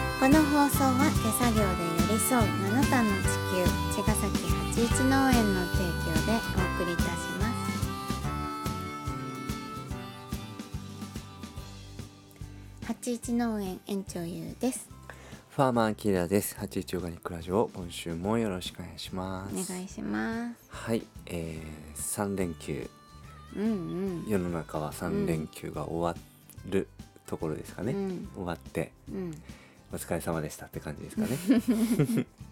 放送は手作業で寄り添う七段の地球茅ヶ崎八一農園の提供でお送りいたします八一農園園長ゆうですファーマーキラーです。八一オーガニックラジオ、今週もよろしくお願いしまおす。願いしますはい、えー、3連休、うんうん世の中は3連休が終わるところですかね。うん終わって、うんお疲れ様でしたって感じですかね。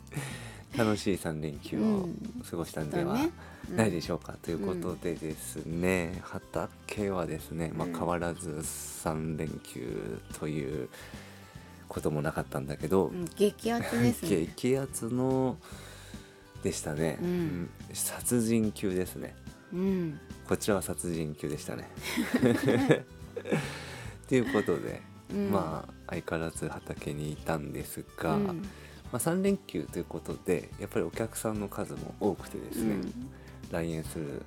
楽しい3連休うをん過ごしたんそでうはねないでしょうか、ということでですね、畑はですね、まあ、うん変わらず3連休ということもなかったんだけど、うん激アツですね激アツのでしたね、うんうん殺人級ですねうんこちらは殺人級でし たね。ということで、うんまあ相変わらず畑にいたんですが、うんまあ、3連休ということでやっぱりお客さんの数も多くてですね、来園する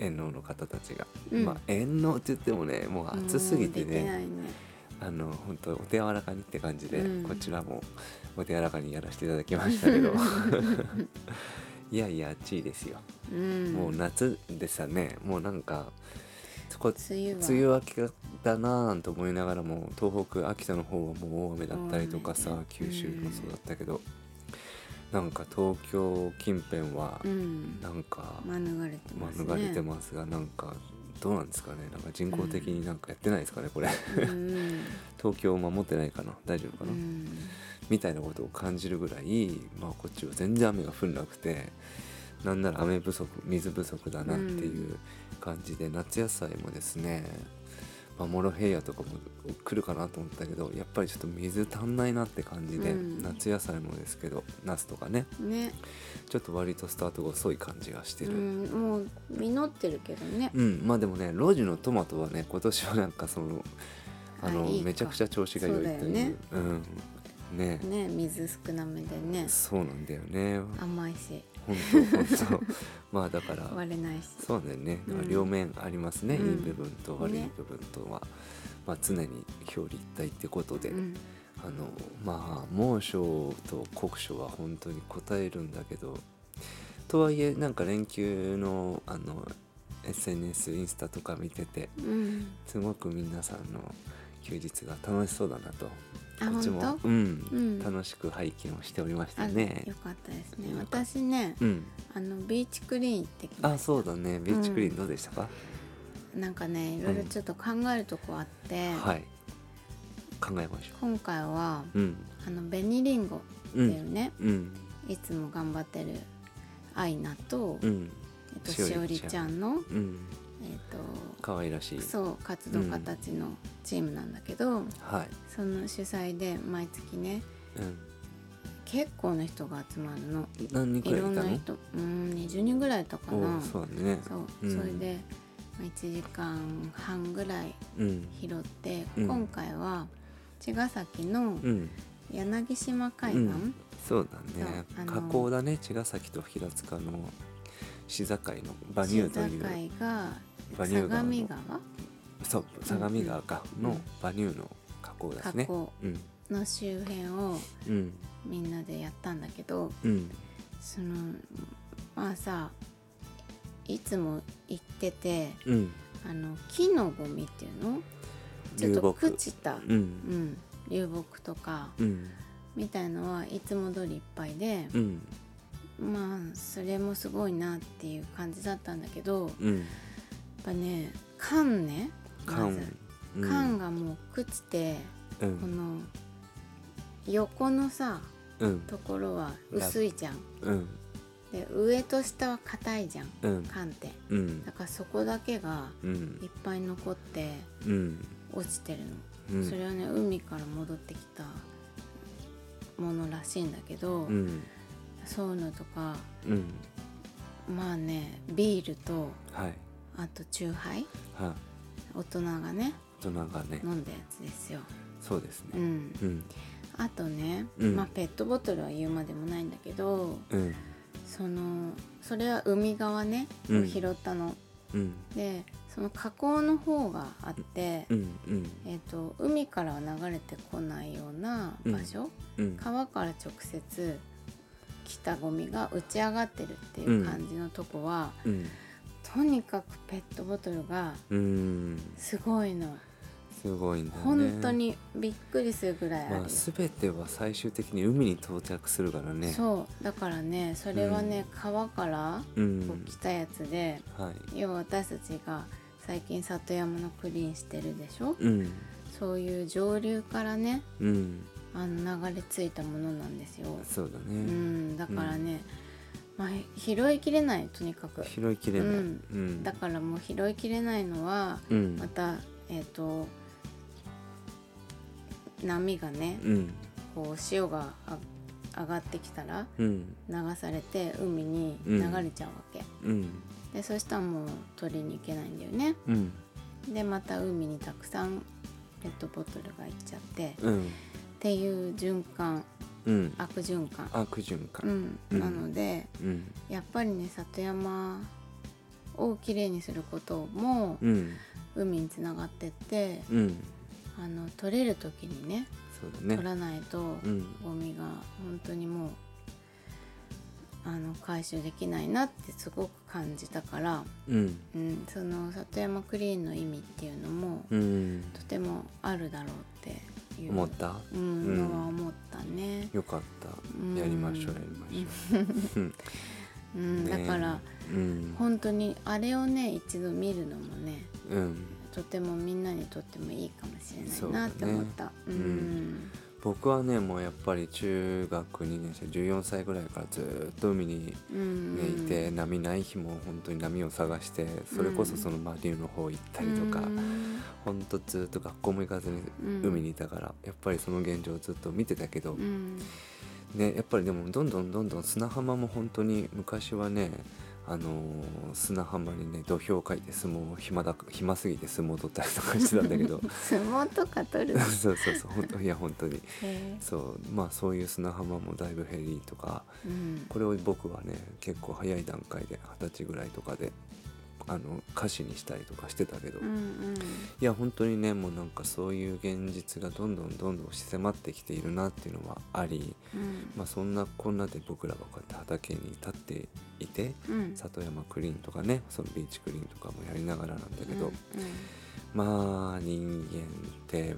園農の方たちが、うんまあ園農って言ってもねもううん暑すぎてうんできなねいねあの本当お手柔らかにって感じで、うんこちらもお手柔らかにやらせていただきました けどいやいや暑いですよ、うんもう夏でしたねもうなんかそこ梅雨は梅雨明けだなぁなんて思いながらも東北秋田の方はもう大雨だったりとか大さ雨九州もそうだったけど、なんか東京近辺はうんなんか免れてますね免れてますが、なんかどうなんですかねなんか人工的になんかやってないですかねこれうん東京を守ってないかな大丈夫かうな、んみたいなことを感じるぐらい、まあ、こっちは全然雨が降んなくてなんなら雨不足水不足だなっていう感じで、夏野菜もですね、まあ、モロヘイヤとかも来るかなと思ったけどやっぱりちょっと水足んないなって感じで、うん夏野菜もですけどナスとかねね、ちょっと割とスタートが遅い感じがしてうる。ん、もう実ってるけどね。うん、まあでもね路地のトマトはね今年はなんかそのあのあいいかめちゃくちゃ調子が良いとそういうだよねうんねね、水少なめでね、そうなんだよね甘いし、本当本当まあだか ら割れないし。そうだよねうんだから両面ありますね、うんいい部分と悪いね部分とは、まあ、常に表裏一体ってことで、うん、あのまあ猛暑と酷暑は本当に応えるんだけどとはいえなんか連休のあの SNS インスタとか見ててうん、すごく皆さんの休日が楽しそうだなとあ、こっち本も、う当。んうん楽しく拝見をしておりましたあ、ねよ。かったですね。よかった私ね、うん、あのビーチクリーン行ってきまあしそうだねビーチクリーンどうでしたか、た。なんかね、いろいろちょっと考えるとこあって、はい考えましょ今回はう。うんあの紅リンゴってういうんね、うんいつも頑張ってるアイナと、うんえっとししおおりりちちゃゃんんのうんえっと可愛らしい。そう活動家たちのチームなんだけど、はい。その主催で毎月ねうん結構な人が集まるの何人いくらいいろんたなの？人うん20人ぐらいいたかおなおそそううだね。そうれんでまあ1時間半ぐらいうん拾って、うん今回は茅ヶ崎のうん柳島海岸、うんそうだねそうあ。の河口だね茅ヶ崎と平塚の市境のバニューと静いう海がバニ相ュー川の模そう相模川かうのんバニューの河口です川河ね。口うんの周辺をうんみんなでやったんだけど、うんそのまあさいつも行っててうんあの木のゴミっていうのちょっ流と木朽ちた、ううんん、流木とかうんみたいのはいつも通りいっぱいで、うんまあそれもすごいなっていう感じだったんだけどやっうんぱね缶ねま缶ずうん缶がもう朽ちて、こうんの横のさうんところは薄いじゃんうんで上と下は硬いじゃんうん缶って。うんだからそこだけがうんいっぱい残ってうん落ちてるの、うんそれはね海から戻ってきたものらしいんだけど、うんそういうのとかうんまあねビールとはいあとチューハイはい大人がね大人がね飲んだやつですよ、そうですうねん、うんあとね、うんまあ、ペットボトルは言うまでもないんだけどうんそのそれは海側ね、うん拾ったのうんでその河口の方があって、うんうんえー、と海からは流れてこないような場所、うん川から直接来たゴミが打ち上がってるっていう感じのとこは、うんとにかくペットボトルがうんすごいの、すごいんだよね本当にびっくりするぐらいあるよ、まあ、全ては最終的に海に到着するからねそうだからねそれはね、川からうこうん来たやつで、はい要は私たちが最近里山のクリーンしてるでしょ、うんそういう上流からねうんあの流れ着いたものなんですよ、そうだね、うん、だからね、まあひ拾いきれないとにかく拾いきれない、ううんんだからもう拾いきれないのはうんまたえっ、と波がねうんこう潮があ上がってきたらうん流されて海に流れちゃうわけ、うんでそしたらもう取りに行けないんだよねうんでまた海にたくさんペットボトルが行っちゃってっうんていう循環うん悪循環、悪循う環んうんなのでうんやっぱりね里山をきれいにすることもうん海につながってってうん、あの取れる時にねそうだ取ねらないとうんゴミが本当にもうあの回収できないなってすごく感じたから、うんうん、その里山クリーンの意味っていうのもうんとてもあるだろうっていう思ったうん、のは思ったね。よかった、うんやりましょうやりましょう、うんうん、ねだからうん本当にあれをね一度見るのもねうんとてもみんなにとってもいいかもしそれうなだいなって思ねった。う,、ん、僕はねもうやっぱり中学2年生14歳ぐらいからずっと海にうん、ね、いて波ない日も本当に波を探してそれこそそのマリウの方行ったりとか、うんほんとずっと学校も行かずにうん海にいたから、やっぱりその現状をずっと見てたけど、うんね、やっぱりでもどんどんどんどん砂浜も本当に昔はねあのー砂浜にね土俵をかいて相撲を暇だ暇すぎて相撲を取ったりとかしてたんだ けど 相撲とか取るのそうそうそう本当いや本当にへそうまあそういう砂浜もだいぶ減りとかーうんこれを僕はね結構早い段階で二十歳ぐらいとかであの歌詞にしたりとかしてたけど、ういんや本当にねもうなんかそういう現実がどんどんどんどん迫ってきているなっていうのはあり、うんまあ、そんなこんなで僕らはこうやって畑に立っていてうん里山クリーンとかねそのビーチクリーンとかもやりながらなんだけど、うんまあ人間って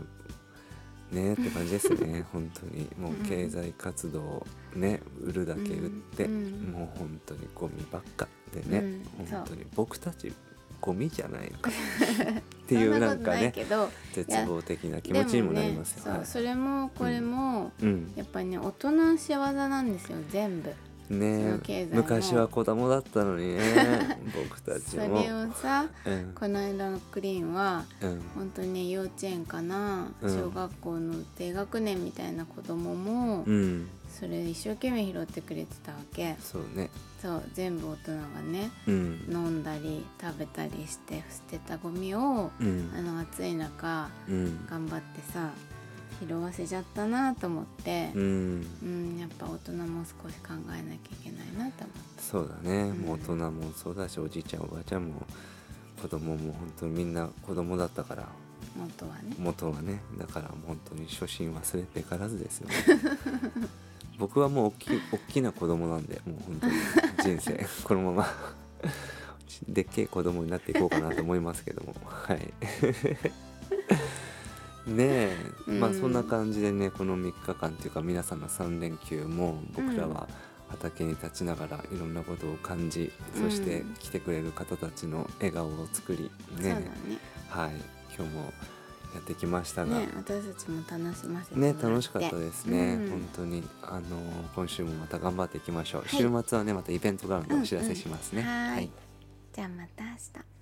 ねって感じですね本当にもう経済活動をね売るだけ売って、うんうんもう本当にゴミばっかでね、うん本そ当うに僕たちゴミじゃないの かっそていんうななこんとかないねけど絶望的な気持ちにもなりますよ。でもはねいそうそれもこれも、うんやっぱりね大人の仕業なんですよ全部そのね経済も昔は子供だったのにね 僕たちそも。れをさうんこの間のクリーンはうん本当にね幼稚園かなうん小学校の低学年みたいな子供もうん、それ一生懸命拾ってくれてたわけそうね、そう全部大人がねうん飲んだり食べたりして捨てたゴミをうんあの暑い中うん頑張ってさ拾わせちゃったなと思ってう、ん、うんやっぱ大人も少し考えなきゃいけないなと思っそうだね、んもう大人もそうだしおじいちゃんおばあちゃんも子供も本当にみんな子供だったからて元はね。元はねだからもう本当に初心忘れてから ずですよね僕はもう大きい大きな子供なんでもう本当に 人生このままでっけえ子供になっていこうかなと思いますけどもはい ねえ、うんまあそんな感じでねこの3日間というか皆さんの3連休も僕らは畑に立ちながらいろんなことを感じ、そしてうん来てくれる方たちの笑顔を作りそうだねねはい、今日もやってきましたが、ねね、私たちも楽しませてもらって楽しかったですね、うん本当にあの今週もまた頑張っていきましょう、い週末はねまたイベントがあるのでお知らせしますね、はいじゃあまた明日